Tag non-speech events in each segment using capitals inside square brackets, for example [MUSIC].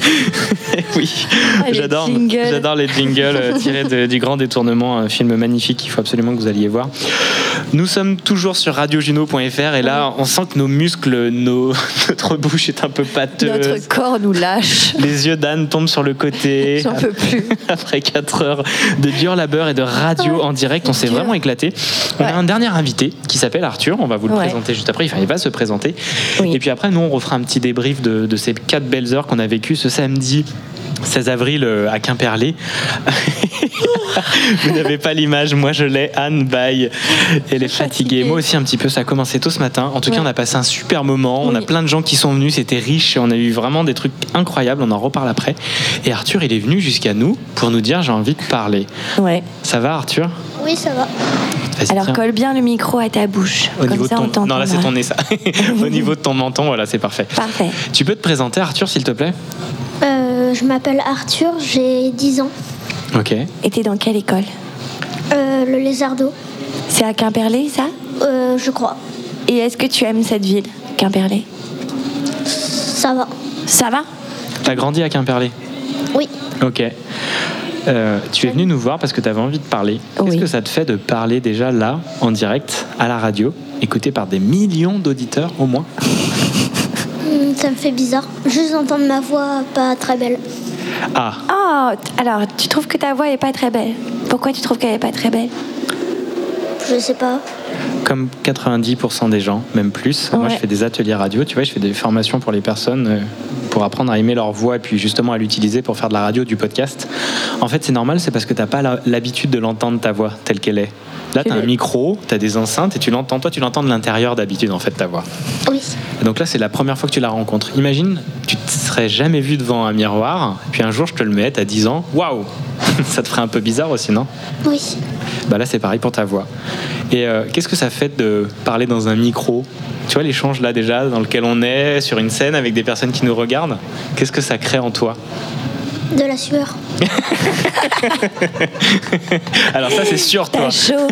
[LAUGHS] oui, Ah, les j'adore jingles. j'adore les jingles euh, tirés de- du Grand Détournement, un film magnifique qu'il faut absolument que vous alliez voir. Nous sommes toujours sur radiojuno.fr et Ah là, on sent que nos muscles, nos- [LAUGHS] notre bouche est un peu pâteuse. Notre corps nous lâche. Les yeux d'Anne tombent sur le côté. [LAUGHS] J'en peux plus. [LAUGHS] Après 4 heures de dur labeur et de radio en direct, on s'est Dur. vraiment éclaté. On Ouais. a un dernier invité qui s'appelle Arthur. On va vous le Ouais. présenter juste après. Enfin, il va se présenter. Oui. Et puis après, nous, on refera un petit débrief de, de ces quatre belles heures qu'on a vécues ce samedi. 16 avril euh, à Quimperlé. Vous n'avez pas l'image, moi je l'ai. Anne baille. Elle est fatiguée. fatiguée. Moi aussi un petit peu, ça a commencé tôt ce matin. En tout cas, Ouais. on a passé un super moment. On a Oui. plein de gens qui sont venus, c'était riche. On a eu vraiment des trucs incroyables. On en reparle après. Et Arthur, il est venu jusqu'à nous pour nous dire j'ai envie de parler. Ouais. Ça va, Arthur Oui, ça va. Vas-y, Alors tiens. colle bien le micro à ta bouche. Au Comme niveau ça, de on ton... t'entend. Non, là c'est ton [LAUGHS] nez, ça. Au niveau de ton menton, voilà, c'est parfait. Parfait. Tu peux te présenter, Arthur, s'il te plaît Euh, je m'appelle Arthur, j'ai 10 ans. Ok. Et t'es dans quelle école Euh, le lézardo, C'est à Quimperlé, ça euh, je crois. Et est-ce que tu aimes cette ville, Quimperlé Ça va. Ça va T'as grandi à Quimperlé Oui. Ok. Euh, tu es venu nous voir parce que tu avais envie de parler. Qu'est-ce Oui. que ça te fait de parler déjà là, en direct, à la radio, écouté par des millions d'auditeurs au moins Hum, Ça me fait bizarre. Juste d'entendre ma voix pas très belle. Ah, Oh, t- alors tu trouves que ta voix est pas très belle. Pourquoi tu trouves qu'elle est pas très belle Je sais pas. comme 90% des gens, même plus. Moi, Ouais. je fais des ateliers radio, tu vois, je fais des formations pour les personnes euh, pour apprendre à aimer leur voix et puis justement à l'utiliser pour faire de la radio, du podcast. En fait, c'est normal, c'est parce que t'as pas la- l'habitude de l'entendre ta voix telle qu'elle est. Là, t'as un l'es. micro, t'as des enceintes et tu l'entends. Toi, tu l'entends de l'intérieur d'habitude, en fait, ta voix. Oui. Et Donc là, c'est la première fois que tu la rencontres. Imagine, tu te serais jamais vu devant un miroir, et puis un jour, je te le mets, t'as 10 ans, waouh [LAUGHS] Ça te ferait un peu bizarre aussi, non Oui. Bah là, c'est pareil pour ta voix. Et euh, qu'est-ce que ça fait de parler dans un micro Tu vois l'échange là déjà, dans lequel on est, sur une scène, avec des personnes qui nous regardent Qu'est-ce que ça crée en toi De la sueur. Alors ça, c'est sûr, toi. [LAUGHS] T'as chaud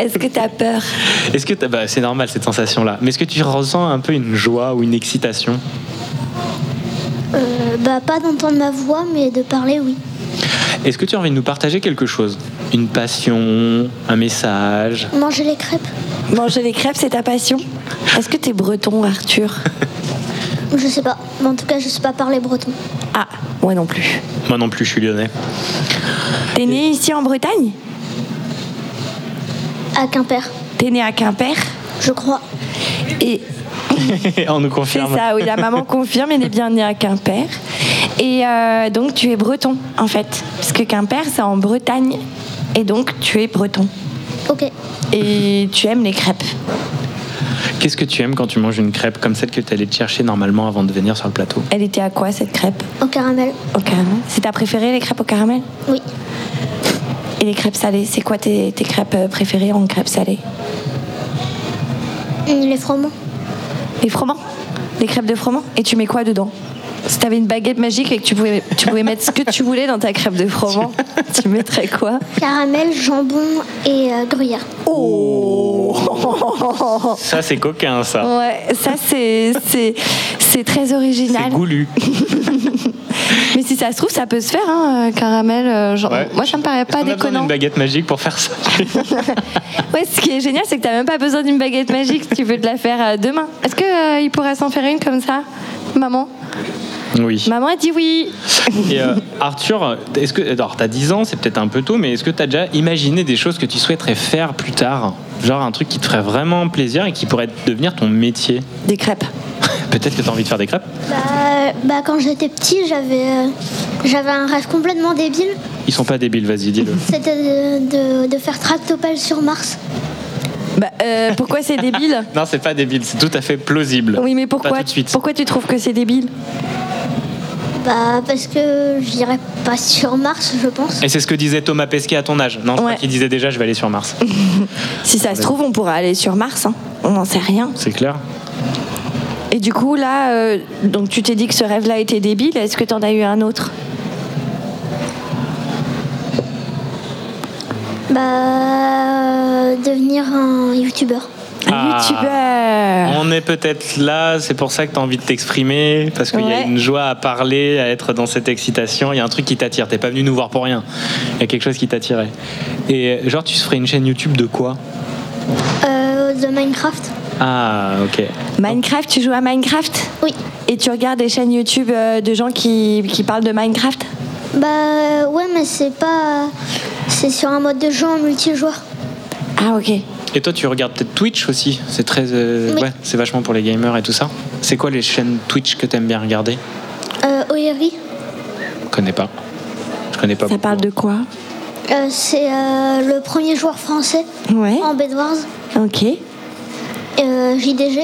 Est-ce que t'as peur Est-ce que t'as- bah, c'est normal cette sensation-là Mais est-ce que tu ressens un peu une joie ou une excitation Euh, bah, pas d'entendre ma voix, mais de parler, oui. Est-ce que tu as envie de nous partager quelque chose Une passion, un message Manger les crêpes. Manger les crêpes, c'est ta passion Est-ce que t'es breton, Arthur Je sais pas. Mais en tout cas, je sais pas parler breton. Ah, moi non plus. Moi non plus, je suis lyonnais. T'es né ici en Bretagne À Quimper, T'es né à Quimper je crois. Et on nous c'est confirme. ça, oui, la [LAUGHS] maman confirme, elle est bien née à Quimper. Et euh, donc tu es breton, en fait. Parce que Quimper, c'est en Bretagne. Et donc tu es breton. Ok. [LAUGHS] Et tu aimes les crêpes. Qu'est-ce que tu aimes quand tu manges une crêpe comme celle que tu allais te chercher normalement avant de venir sur le plateau Elle était à quoi cette crêpe Au caramel. Au caramel. C'est ta préférée, les crêpes au caramel Oui. Et les crêpes salées, c'est quoi tes, tes crêpes euh, préférées en crêpes salées Hum, Les froments. Les froments Les crêpes de froment Et tu mets quoi dedans Si t'avais une baguette magique et que tu pouvais, tu pouvais mettre ce que tu voulais dans ta crêpe de froment, [LAUGHS] tu mettrais quoi Caramel, jambon et euh, gruyère. Ça, c'est coquin, ça. Ouais, ça c'est c'est- c'est très C'est [LAUGHS] original. goulu. Mais si ça se trouve, ça peut se faire, hein, euh, caramel. euh, genre- Ouais. Moi, ça me paraît Est-ce pas qu'on a besoin déconnant. d'une baguette magique pour faire ça [LAUGHS] Ouais, ce qui est génial, c'est que t'as même pas besoin d'une baguette magique. tu peux te la faire euh, demain. Est-ce que euh, il pourrait s'en faire une comme ça, maman Oui. Maman a dit oui. Et euh, Arthur, est-ce que. Alors, t'as 10 ans, c'est peut-être un peu tôt, mais est-ce que t'as déjà imaginé des choses que tu souhaiterais faire plus tard Genre un truc qui te ferait vraiment plaisir et qui pourrait devenir ton métier Des crêpes. Peut-être que t'as envie de faire des crêpes Bah, bah, quand j'étais petit, j'avais euh, j'avais un rêve complètement débile. Ils sont pas débiles, vas-y, dis-le. C'était de, de- de faire tractopelle sur Mars. Bah, euh, pourquoi c'est débile [LAUGHS] Non, c'est pas débile, c'est tout à fait plausible. Oui, mais pourquoi Pas tout de suite. Pourquoi tu trouves que c'est débile Bah parce que j'irai pas sur Mars, je pense. Et c'est ce que disait Thomas Pesquet à ton âge. Non, je crois Ouais. qu'il disait déjà je vais aller sur [LAUGHS] Mars. Si ça se trouve, on pourra aller sur Mars. hein. On n'en sait rien. C'est clair Et du coup, là, euh, donc tu t'es dit que ce rêve-là était débile. Est-ce que t'en as eu un autre Bah euh, devenir un youtubeur. Ah. Youtubeur On est peut-être là, c'est pour ça que tu as envie de t'exprimer, parce qu'il y a Ouais. une joie à parler, à être dans cette excitation. Il y a un truc qui t'attire. T'es pas venu nous voir pour rien. Il y a quelque chose qui t'attirait. Et genre, tu ferais une chaîne YouTube de quoi Euh, de Minecraft Ah, ok. Minecraft, tu joues à Minecraft Oui. Et tu regardes des chaînes YouTube euh, de gens qui, qui parlent de Minecraft Bah ouais, mais c'est pas. C'est sur un mode de jeu en multijoueur. Ah ok. Et toi, tu regardes peut-être Twitch aussi. C'est très, euh, Oui. ouais, c'est vachement pour les gamers et tout ça. C'est quoi les chaînes Twitch que t'aimes bien regarder Euh, Oeri, Je connais pas. Je connais pas. Ça parle de quoi euh, c'est euh, le premier joueur français Ouais. en Bedwars, Ok. euh, JDG.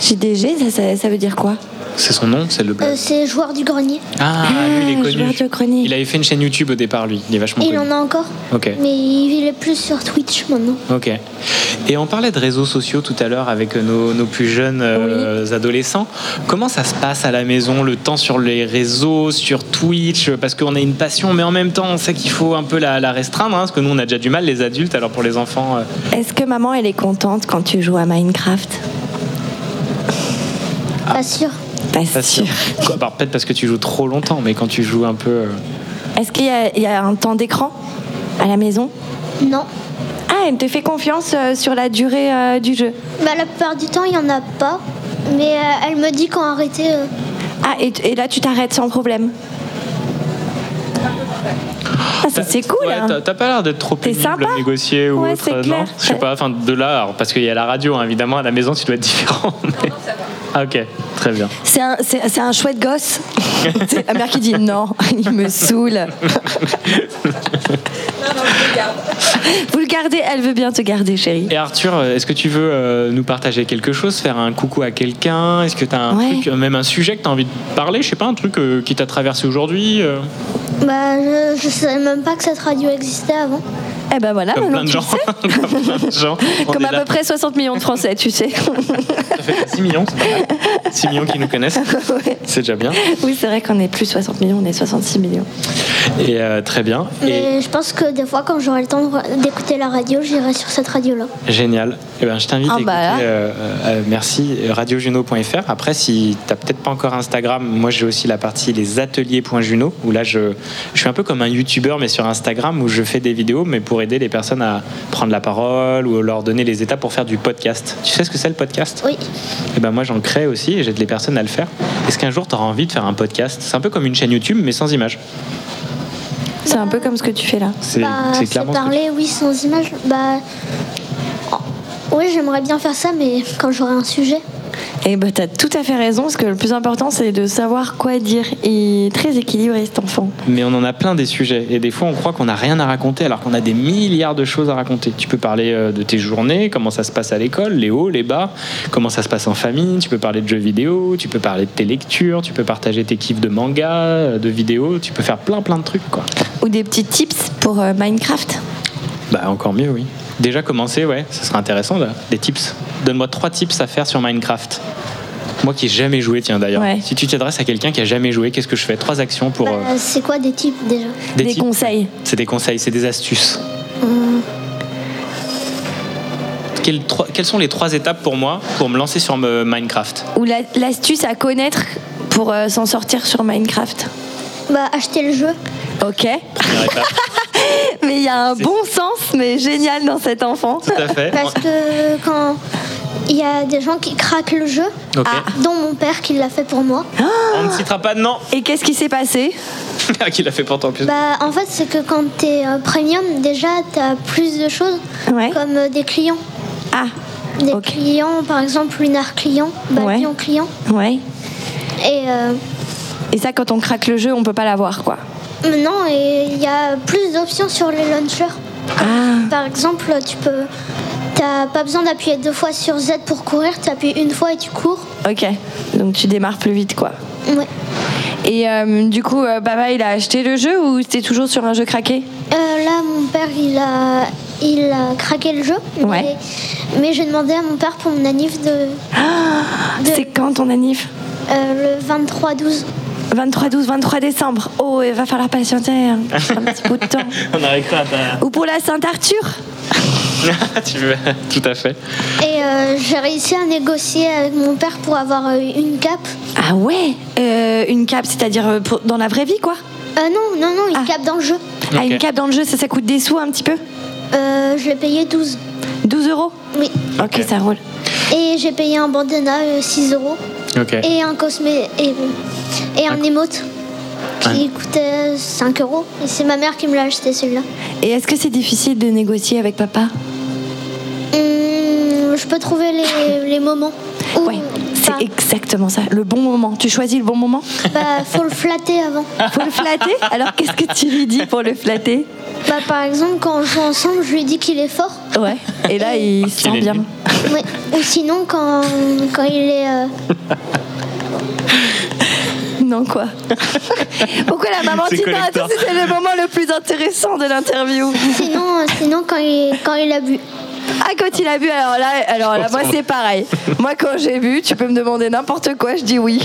JDG, ça, ça, ça veut dire quoi C'est son nom, c'est le Euh, blog. c'est joueur du grenier. Ah, lui, il est Ah, joueur connu. de chronique. Il avait fait une chaîne YouTube au départ, lui. Il est vachement Et il connu. en a encore. Ok. Mais il est plus sur Twitch maintenant. Ok. Et on parlait de réseaux sociaux tout à l'heure avec nos, nos plus jeunes euh, adolescents. Comment ça se passe à la maison, le temps sur les réseaux, sur Twitch Parce qu'on a une passion, mais en même temps, on sait qu'il faut un peu la, la restreindre, hein, parce que nous, on a déjà du mal, les adultes, alors pour les enfants. euh, Est-ce que maman, elle est contente quand tu joues à Minecraft Ah. Pas sûr. Pas pas sûr. sûr. Quoi, bah, Peut-être parce que tu joues trop longtemps, mais quand tu joues un peu. euh, Est-ce qu'il y, a- il y a un temps d'écran à la maison Non. Ah, elle te fait confiance euh, sur la durée euh, du jeu. Bah la plupart du temps, il y en a pas. Mais euh, elle me dit quand arrêter. euh, Ah, et, et là, tu t'arrêtes sans problème. Ah, ça, c'est cool. Euh, Ouais, hein. t'as- T'as pas l'air d'être trop T'es pénible sympa. à négocier ou Ouais, autre, c'est euh, non clair. Je sais pas, enfin de là, alors, parce qu'il y a la radio, hein, évidemment, à la maison, tu dois être différent. [LAUGHS] mais- Ah, ok, très bien. C'est un, c'est- c'est un chouette [LAUGHS] gosse. C'est la mère qui dit non, [LAUGHS] il me saoule. Vous le gardez, elle veut bien te garder, chérie. Et Arthur, euh, est-ce que tu veux euh, nous partager quelque chose, faire un coucou à quelqu'un Est-ce que tu as un Ouais. truc, euh, même un sujet que tu as envie de parler Je sais pas, un truc euh, qui t'a traversé aujourd'hui euh, Bah je, je savais même pas que cette radio existait avant. Eh ben voilà, Comme maintenant plein de tu le gens. sais. [LAUGHS] Comme plein de gens. On Comme est à là. peu près 60 millions de Français, [LAUGHS] tu sais. [LAUGHS] 6 millions, c'est pas mal. 6 millions qui nous connaissent. Ouais. C'est déjà bien. Oui, c'est vrai qu'on est plus 60 millions, on est 66 millions. Et euh, très bien. Et Mais je pense que des fois, quand j'aurai le temps de- d'écouter la radio, j'irai sur cette radio-là. génial. Eh ben, je t'invite à Ah, bah là. écouter, euh, euh, merci, euh, radiojuno.fr. Après, si t'as peut-être pas encore Instagram, moi j'ai aussi la partie les ateliers.juno, où là je, je suis un peu comme un youtubeur, mais sur Instagram, où je fais des vidéos, mais pour aider les personnes à prendre la parole ou leur donner les étapes pour faire du podcast. Tu sais ce que c'est le podcast Oui. Et ben moi j'en crée aussi et j'aide les personnes à le faire. Est-ce qu'un jour t'auras envie de faire un podcast C'est un peu comme une chaîne YouTube, mais sans image. C'est un peu comme ce que tu fais là. C'est Bah, c'est c'est clairement. ce que tu- parler, oui, sans image. Bah. oh, Oui, j'aimerais bien faire ça, mais quand j'aurai un sujet. Et ben, t'as tout à fait raison, parce que le plus important, c'est de savoir quoi dire. Et très équilibré, cet enfant. mais on en a plein des sujets. Et des fois, on croit qu'on n'a rien à raconter alors qu'on a des milliards de choses à raconter. Tu peux parler euh, de tes journées, comment ça se passe à l'école, les hauts, les bas, comment ça se passe en famille. Tu peux parler de jeux vidéo, tu peux parler de tes lectures, tu peux partager tes kiffs de manga, euh, de vidéos. Tu peux faire plein plein de trucs, quoi. Ou des petits tips pour euh, Minecraft. Bah encore mieux, oui. Déjà commencer, ouais, ça serait intéressant. Là. Des tips. Donne-moi trois tips à faire sur Minecraft. Moi qui ai jamais joué, tiens d'ailleurs. Ouais. Si tu t'adresses à quelqu'un qui a jamais joué, qu'est-ce que je fais Trois actions pour Bah, euh, c'est quoi des types déjà des, des tips. conseils. C'est des conseils, c'est des astuces. Quelles, trois- quelles sont les trois étapes pour moi pour me lancer sur me- Minecraft Ou la- l'astuce à connaître pour euh, s'en sortir sur Minecraft. Bah, acheter le jeu. Ok. [LAUGHS] Première étape, Mais il y a un bon sens, mais génial dans cet enfant. tout à [LAUGHS] fait. Parce que quand il y a des gens qui craquent le jeu, ah, Ok. dont mon père qui l'a fait pour moi, Hein On ne citera pas de nom [LAUGHS] Et qu'est-ce qui s'est passé qui l'a fait pour toi en plus. bah, en fait, c'est que quand t'es euh, premium, déjà, t'as plus de choses, Ouais. comme euh, des clients. Ah, Des Ok. clients, par exemple, Lunar client, Ouais. Babylon client. ouais. Et euh, Et ça, quand on craque le jeu, on peut pas l'avoir, quoi. maintenant, et il y a plus d'options sur les launchers. Ah, Par exemple, tu peux. T'as pas besoin d'appuyer deux fois sur Z pour courir, tu appuies une fois et tu cours. ok. Donc tu démarres plus vite, quoi. Ouais. Et euh, du coup, euh, Baba, il a acheté le jeu ou c'était toujours sur un jeu craqué Euh, là, mon père, il a, il a craqué le jeu. mais- Ouais. Mais j'ai demandé à mon père pour mon anniv de De- C'est quand ton annif euh, le 23-12. 23, 12, 23 décembre. Oh, il va [LAUGHS] falloir patienter un, un petit bout de temps. On a récréé à ta- Ou pour la Saint-Arthur [LAUGHS] tu veux- Tout à fait. Et euh, j'ai réussi à négocier avec mon père pour avoir euh, une cape. Ah ouais euh, Une cape, c'est-à-dire euh, pour- dans la vraie vie, quoi Euh, non, non, non, une Ah. cape dans le jeu. Ah, Ok. une cape dans le jeu, ça, ça coûte des sous un petit peu Euh, je l'ai payé 12. 12 euros Oui. Ok, ça roule. Et j'ai payé un bandana euh, 6 euros. Ok. Et un cosmé. Et, et un émote qui coûtait 5 euros. Et c'est ma mère qui me l'a acheté celui-là. Et est-ce que c'est difficile de négocier avec papa Hum, je peux trouver les, les moments. où- Ouais, c'est bah, exactement ça. Le bon moment. Tu choisis le bon moment bah, faut le flatter avant. Faut [LAUGHS] le flatter Alors qu'est-ce que tu lui dis pour le flatter Bah, par exemple, quand on joue ensemble, je lui dis qu'il est fort. Ouais. Et là, il se qu'il sent est bien. nul. Ouais. Ou sinon, quand, quand il est. euh, [LAUGHS] Non, quoi Pourquoi la maman C'est dit non collector. attends, C'était le moment le plus intéressant de l'interview. sinon, euh, sinon quand, il, quand il a bu. Ah, quand il a bu, alors là, alors là moi, c'est pareil. Moi, quand j'ai bu, tu peux me demander n'importe quoi, je dis oui.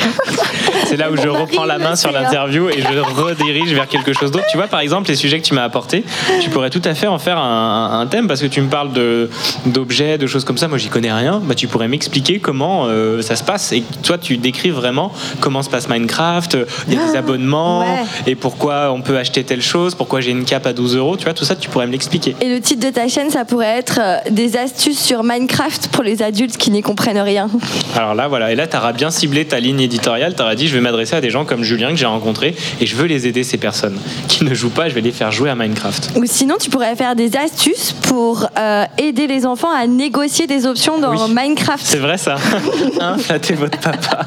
C'est là où je Mon mari reprends la me main sur fait, hein. l'interview et je redirige vers quelque chose d'autre. Tu vois, par exemple, les sujets que tu m'as apportés, tu pourrais tout à fait en faire un, un thème parce que tu me parles de d'objets, de choses comme ça. Moi, j'y connais rien. Bah, tu pourrais m'expliquer comment euh, ça se passe et toi, tu décris vraiment comment se passe Minecraft. euh, Il y a des abonnements Ouais. et pourquoi on peut acheter telle chose, pourquoi j'ai une cape à 12 euros. Tu vois, tout ça, tu pourrais me l'expliquer. Et le titre de ta chaîne, ça pourrait être euh, Des astuces sur Minecraft pour les adultes qui n'y comprennent rien. Alors là, voilà. Et là, t'auras bien ciblé ta ligne éditoriale. T'auras dit, je vais m'adresser à des gens comme Julien que j'ai rencontré et je veux les aider ces personnes qui ne jouent pas. Je vais les faire jouer à Minecraft. Ou sinon, tu pourrais faire des astuces pour euh, aider les enfants à négocier des options dans Oui. C'est Minecraft. vrai ça. [LAUGHS] Hein, flattez votre papa.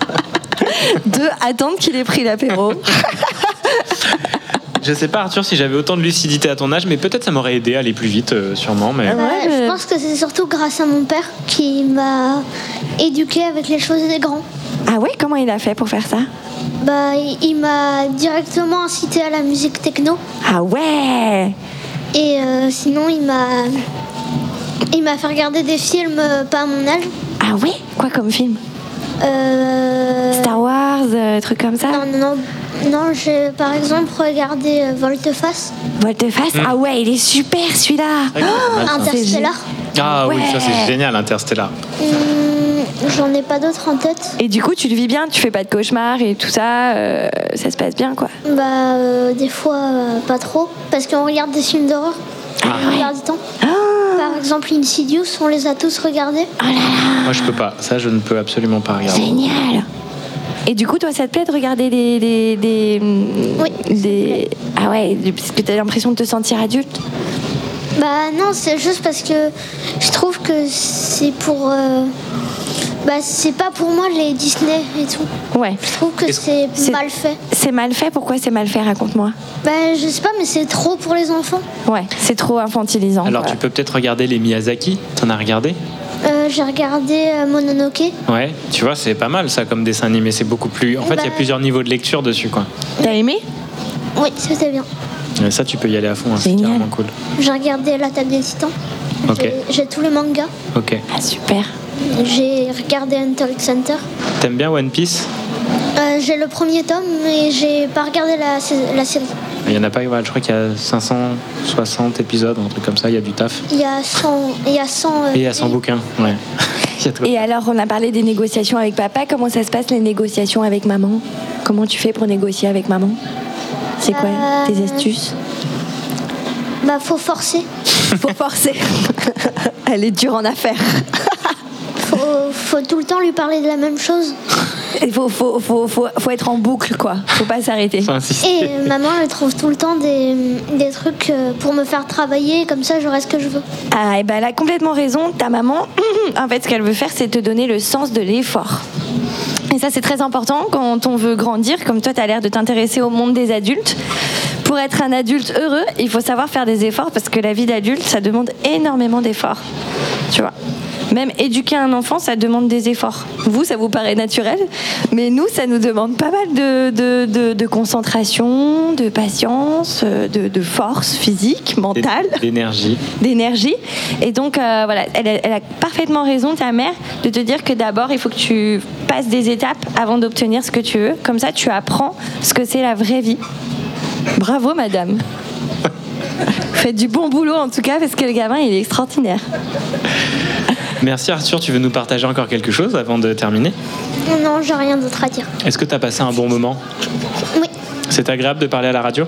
De attendre qu'il ait pris l'apéro. Je sais pas Arthur si j'avais autant de lucidité à ton âge, mais peut-être ça m'aurait aidé à aller plus vite, euh, sûrement. Mais Ah Ouais, Ouais, mais- Bah, Je pense que c'est surtout grâce à mon père qui m'a éduqué avec les choses des grands. ah ouais, comment il a fait pour faire ça Bah, il il m'a directement incité à la musique techno Ah ouais et euh, sinon il m'a il m'a fait regarder des films euh, pas à mon âge. Ah ouais Quoi comme film Euh, Star Wars, euh, trucs comme ça Non non non, non, j'ai par exemple regardé euh, Volteface, Volteface Hmm. Ah ouais, il est super celui-là Ouais, c'est mal, Bah, ça. Interstellar. Ah oui, ça Ouais. c'est génial, Interstellar. Hum, J'en ai pas d'autres en tête. Et du coup, tu le vis bien, tu fais pas de cauchemars et tout ça, euh, ça se passe bien quoi. Bah euh, des fois euh, pas trop parce qu'on regarde des films d'horreur. Ah On regarde du temps. Par exemple Insidious, on les a tous regardés. Oh Moi je peux pas, ça je ne peux absolument pas regarder. Génial Et du coup, toi, ça te plaît de regarder des. des, des mm, Oui. des- Ah ouais, du- parce que t'as l'impression de te sentir adulte Bah non, c'est juste parce que je trouve que c'est pour. euh, Bah c'est pas pour moi les Disney et tout. Ouais. Je trouve que Est-ce- c'est c'est- mal fait. C'est mal fait, pourquoi c'est mal fait Raconte-moi. Bah je sais pas, mais c'est trop pour les enfants. Ouais, c'est trop infantilisant. Alors quoi. tu peux peut-être regarder les Miyazaki, t'en as regardé Euh, J'ai regardé euh, Mononoke. Ouais, tu vois, c'est pas mal ça comme dessin animé, c'est beaucoup plus. Eh En fait, il y a ben- bah- plusieurs niveaux de lecture dessus quoi. T'as aimé Oui, c'était bien. Et ça tu peux y aller à fond, hein, c'est Génial. vraiment cool. J'ai regardé La Table des Titans. Ok. J'ai- J'ai tous les mangas. Ok. Ah super. J'ai regardé Hunter x Hunter. T'aimes bien One Piece Euh, j'ai le premier tome, mais j'ai pas regardé la, sais- la série. Il y en a pas, je crois qu'il y a 560 épisodes, un truc comme ça, il y a du taf. Il y a 100. Il y a 100. euh, Et il y a 100 bouquins, ouais. [LAUGHS] Il y a de quoi Et alors, on a parlé des négociations avec papa. Comment ça se passe les négociations avec maman Comment tu fais pour négocier avec maman C'est quoi Euh, tes astuces Bah faut forcer. Faut forcer. Elle est dure en affaires. Faut, [LAUGHS] faut tout le temps lui parler de la même chose. Il faut, faut, faut, faut, faut être en boucle, quoi. Faut pas s'arrêter. Faut insister. Et euh, maman, elle trouve tout le temps des, des trucs euh, pour me faire travailler, comme ça j'aurai ce que je veux. Ah, et ben, elle a complètement raison. Ta maman, en fait, ce qu'elle veut faire, c'est te donner le sens de l'effort. Et ça, c'est très important quand on veut grandir, comme toi, tu as l'air de t'intéresser au monde des adultes. Pour être un adulte heureux, il faut savoir faire des efforts parce que la vie d'adulte, ça demande énormément d'efforts. Tu vois Même éduquer un enfant, ça demande des efforts. Vous, ça vous paraît naturel, mais nous, ça nous demande pas mal de, de, de- de concentration, de patience, euh, de, de force physique, mentale L'énergie. d'énergie. Et donc, euh, voilà, elle, a- elle a parfaitement raison, ta mère, de te dire que d'abord, il faut que tu passes des étapes avant d'obtenir ce que tu veux. [LAUGHS] Comme ça, tu apprends ce que c'est la vraie vie. Bravo, madame. Faites du bon boulot en tout cas parce que le gamin il est extraordinaire. Merci Arthur, tu veux nous partager encore quelque chose avant de terminer Non, j'ai rien d'autre à dire. Est-ce que tu as passé un bon moment Oui, C'est agréable de parler à la radio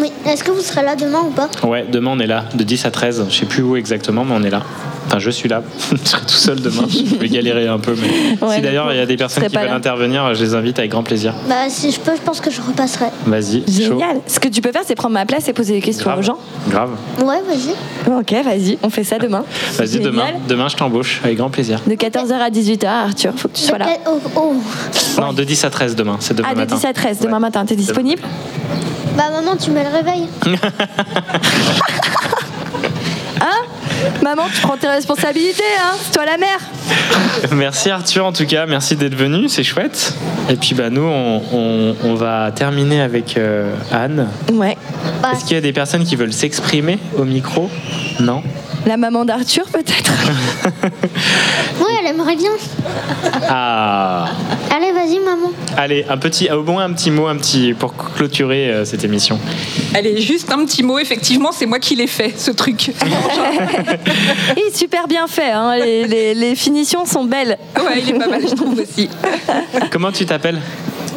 oui. Est-ce que vous serez là demain ou pas Ouais, demain on est là, de 10 à 13. Je sais plus où exactement, mais on est là. Enfin, je suis là. [LAUGHS] je serai tout seul demain. Je vais galérer un peu. Mais... Ouais, si d'ailleurs il y a des personnes serais qui pas veulent là. intervenir, je les invite avec grand plaisir. Bah, si je peux, je pense que je repasserai. Vas-y, chaud. Génial. Ce que tu peux faire c'est prendre ma place et poser des questions Grave. aux gens. Grave. Ouais, vas-y. Ok, vas-y, on fait ça demain. [LAUGHS] Vas-y, Génial. demain, demain je t'embauche avec grand plaisir. De 14h à 18h, Arthur, faut que tu sois là. Oh, oh. Non, de 10 à 13 demain, c'est demain Ah, de matin. 10 à 13, demain Ouais. matin, t'es disponible Bah, maman, tu mets le réveil. Maman, tu prends tes responsabilités, hein C'est toi la mère [LAUGHS] Merci Arthur en tout cas, merci d'être venu, c'est chouette. Et puis bah nous on, on- on va terminer avec euh, Anne. Ouais. Bah, Est-ce qu'il y a des personnes qui veulent s'exprimer au micro Non La maman d'Arthur, peut-être [LAUGHS] ouais, elle aimerait bien. Ah Allez, vas-y, maman. Allez, un petit, au moins un petit mot, un petit pour clôturer euh, cette [LAUGHS] émission. Allez, juste un petit mot. Effectivement, c'est moi qui l'ai fait, ce truc. [LAUGHS] Et super bien fait, hein, les, les- les finitions sont belles. Ouais, il est pas mal, je trouve aussi. Comment tu t'appelles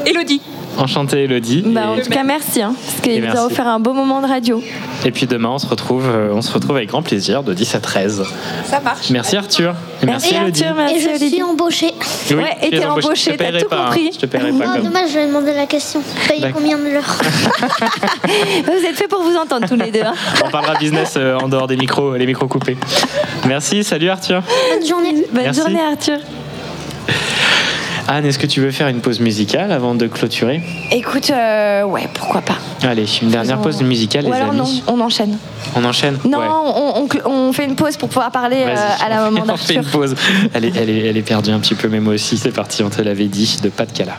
Elodie. Enchantée Elodie. Bah, en Et- tout cas, merci, hein, parce Et qu'il nous merci. a offert un beau moment de radio. et, puis demain on se retrouve, euh, on se retrouve avec grand plaisir de 10 à 13. Ça marche. Merci Arthur. Et merci, Merci Elodie. Arthur, Et merci je suis Olivier. embauchée. Oui, Ouais, et tu es t'es embauchée, embauchée, t'as paierai tout hein. compris. Je te paierai [LAUGHS] pas Oh, comme. dommage, j'avais demandé la question. Payer D'accord. combien de l'heure Vous êtes faits pour vous entendre tous les deux. hein. On parlera business euh, en dehors des micros, les micros coupés. Merci, salut Arthur. Bonne [LAUGHS] journée. Bonne Merci. journée, Arthur. Anne, est-ce que tu veux faire une pause musicale avant de clôturer Écoute, euh, ouais, pourquoi pas. Allez, une dernière Faisons- pause musicale, Ou les alors non, amis. on enchaîne. On enchaîne Non, Ouais. on, on cl- on fait une pause pour pouvoir parler euh, Vas-y, [LAUGHS] à la on fait- maman on fait d'Arthur. une pause. Elle est, elle, est, elle est perdue un petit peu, mais moi aussi, c'est parti, on te l'avait dit, de pas de cala.